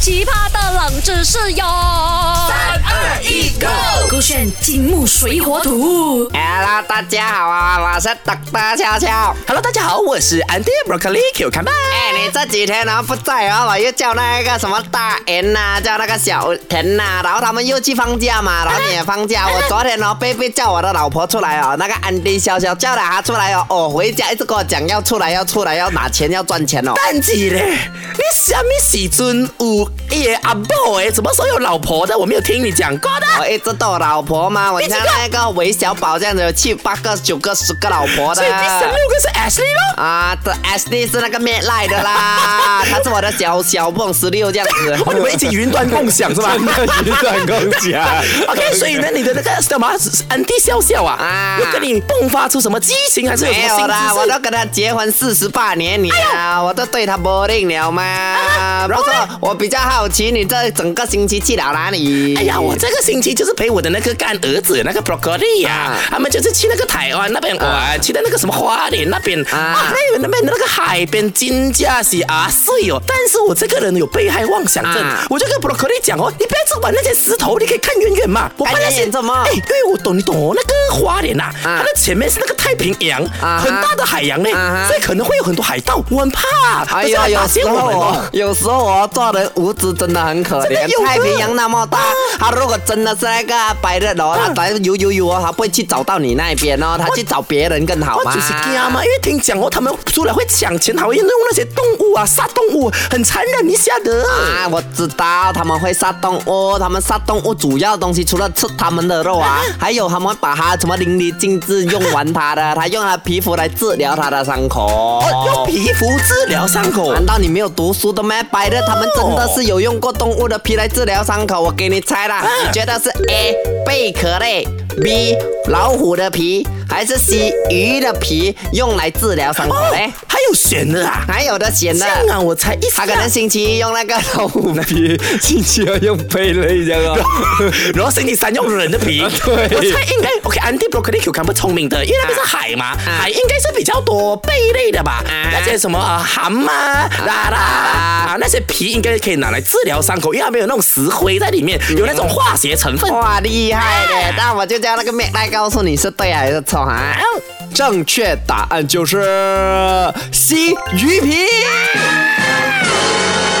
奇葩的冷知识哟！三二一，Go！勾选金木水火土。 Hello，大哎家好啊，我是 Dr. 悄悄。 Hello，大家好，我是 Andy Broccoli Q 看吧。哎，你这几天呢不在啊，我又叫那个什么大 N 呐、叫那个小田呐、然后他们又去放假嘛，然后你也放假。我昨天 呢，贝贝叫我的老婆出来哦，那个安迪潇潇叫了她出来哦，哦，回家一直跟我讲要出来要出来要拿钱要赚钱哦。蛋姐嘞，你什么时阵有耶阿婆哎？什么时候有老婆的？我没有听你讲过的。我一直都有老婆嘛，我像那个韦小宝这样子，有七八个、九个、十个老婆的所以。第十六个是 Ashley 咯。啊，这 S D 是那个 Mad 赖的啦，他是我的小小梦十六这样子。哦，你们一起云端共享是吧云端共享。 ？OK，所以呢，你的那个什么 Andy 笑笑啊啊，又跟你迸发出什么激情，还是有什没么有新啦，姿我势都？跟他结婚四十八年了，哎我都对他 boring 了啊嘛。不过我比较好奇，你这整个星期去了哪里？哎呀，我这个星期就是陪我的那个干儿子那个 broccoli 呀、啊他们就是去那个台湾那边玩，去到那个什么花莲那边啊啊那边那边那个海边金价是啊碎哦。但是我这个人有被害妄想症，啊我就跟 broccoli 讲哦，你不要只玩那些石头，你可以看远远嘛。我看远远怎么啊哎，因为我懂你懂哦，那个花莲呐、它的前面是那个太平洋，啊哈很大的海洋嘞，啊哈所以可能会有很多海盗，我很怕，哎呀呀，，有发现时候我哎们我哦。有时候我做人无知真的很可真的怜有。的太平洋那么大，啊他如果真的是那个白日哦，他来游游游哦，他不会去找到你那边哦，他去找别人更好我嘛只。是惊嘛，因为听讲哦，他们出来会抢钱，还会用那些动物啊杀动物，很残忍一下的。啊，我知道他们会杀动物，他们杀动物主要的东西除了吃他们的肉啊，还有他们会把它什么淋漓尽致用完它的，他用他皮肤来治疗他的伤口。哦，用皮肤治疗伤口。难道你没有读书的吗？白的，他们真的是有用过动物的皮来治疗伤口。我给你猜啊啦，你觉得是 A 贝壳类，B 老虎的皮，还是 C 鱼的皮用来治疗伤口哦嘞？，还有选的啊？还有的显这的，样啊，我才一他下可能星期一用那个 老虎的皮，星期二用贝类这样哦。然后星期三用人的皮， 对我猜应该 OK。Andy Broccoli Q 看不聪明的，因为那边是海嘛，啊海应该是比较多贝类的吧？那些什么啊蛤蟆、啦啦啊，那些皮应该可以拿来治疗伤口，因为它没有那种石灰在里嗯面，有那种化学成分。 哦哇，厉害 的！那我就叫那个妹来告诉你是对还是错啊？正确答案就是 C 鱼皮。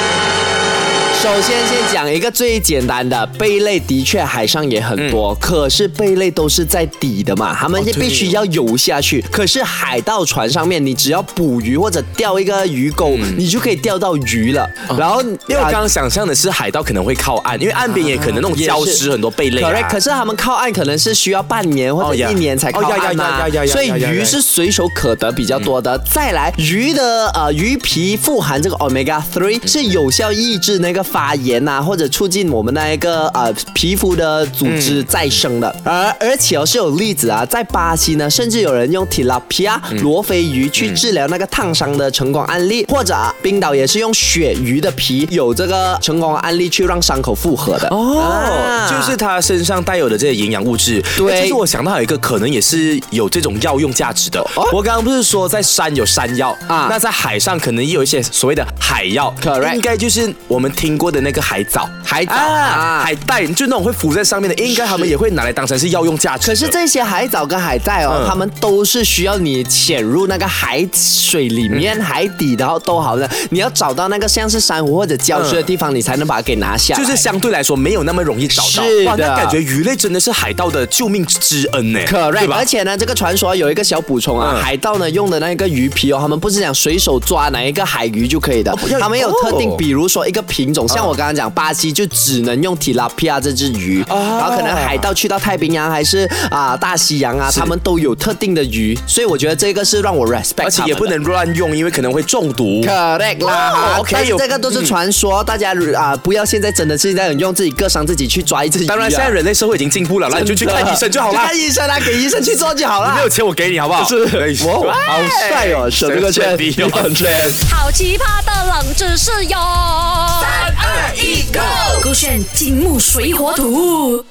首先，先讲一个最简单的，贝类的确海上也很多，可是贝类都是在底的嘛，他们是必须要游下去。可是海盗船上面，你只要捕鱼或者钓一个鱼钩，你就可以钓到鱼了。然后，因为我刚刚想象的是海盗可能会靠岸，因为岸边也可能那种啊也是礁石很多贝类啊。 Correct，可是他们靠岸可能是需要半年或哦者呀一年才靠哦呀呀岸嘛呀呀呀，呀所以呀呀嗯呀鱼是随手可得比较多的。再来，鱼的呃鱼皮富含这个 omega three，是有效抑制那个发炎呐、或者促进我们那一个呃皮肤的组织再生的。嗯而而且哦是有例子啊，在巴西呢，甚至有人用 tilapia 啊嗯罗非鱼去治疗那个烫伤的成功案例，或者啊冰岛也是用鳕鱼的皮有这个成功案例去让伤口复合的。哦啊，就是它身上带有的这些营养物质。对哎其实我想到有一个可能也是有这种药用价值的。我刚刚不是说在山有山药哦啊那在海上可能也有一些所谓的海药 Correct 应该就是我们听过的那个海藻、海藻啊海带，就那种会浮在上面的，应该他们也会拿来当成是药用价值的。可是这些海藻跟海带哦，嗯它们都是需要你潜入那个海水里面、嗯海底，然后都好的。你要找到那个像是珊瑚或者礁石的地方，你才能把它给拿下来。嗯就是相对来说没有那么容易找到，是哇，的那感觉鱼类真的是海盗的救命之恩呢，对 correct，吧而？且呢，这个传说有一个小补充啊，嗯海盗呢用的那个鱼皮哦，他们不是讲随手抓哪一个海鱼就可以的，要他们有特定哦，比如说一个品种，嗯像我刚刚讲，巴西就只能用 tilapia 这只鱼，啊然后可能海盗去到太平洋还是啊大西洋啊，他们都有特定的鱼，所以我觉得这个是让我 respect，而且也他们的不能乱用，因为可能会中 毒。correct 啦、哦，OK，但是有嗯这个都是传说，大家啊、不要现在真的是在用自己割伤自己去抓一只鱼啊、当然，现在人类社会已经进步了，那你就去看医生就 好去了看。医生啦、啊给医生去做就好 你了没。有钱我给你好不好？是哎我好帅哦，手 这个圈，比很圈。好奇葩的冷知识哟！三二一，Go！勾选金木水火土。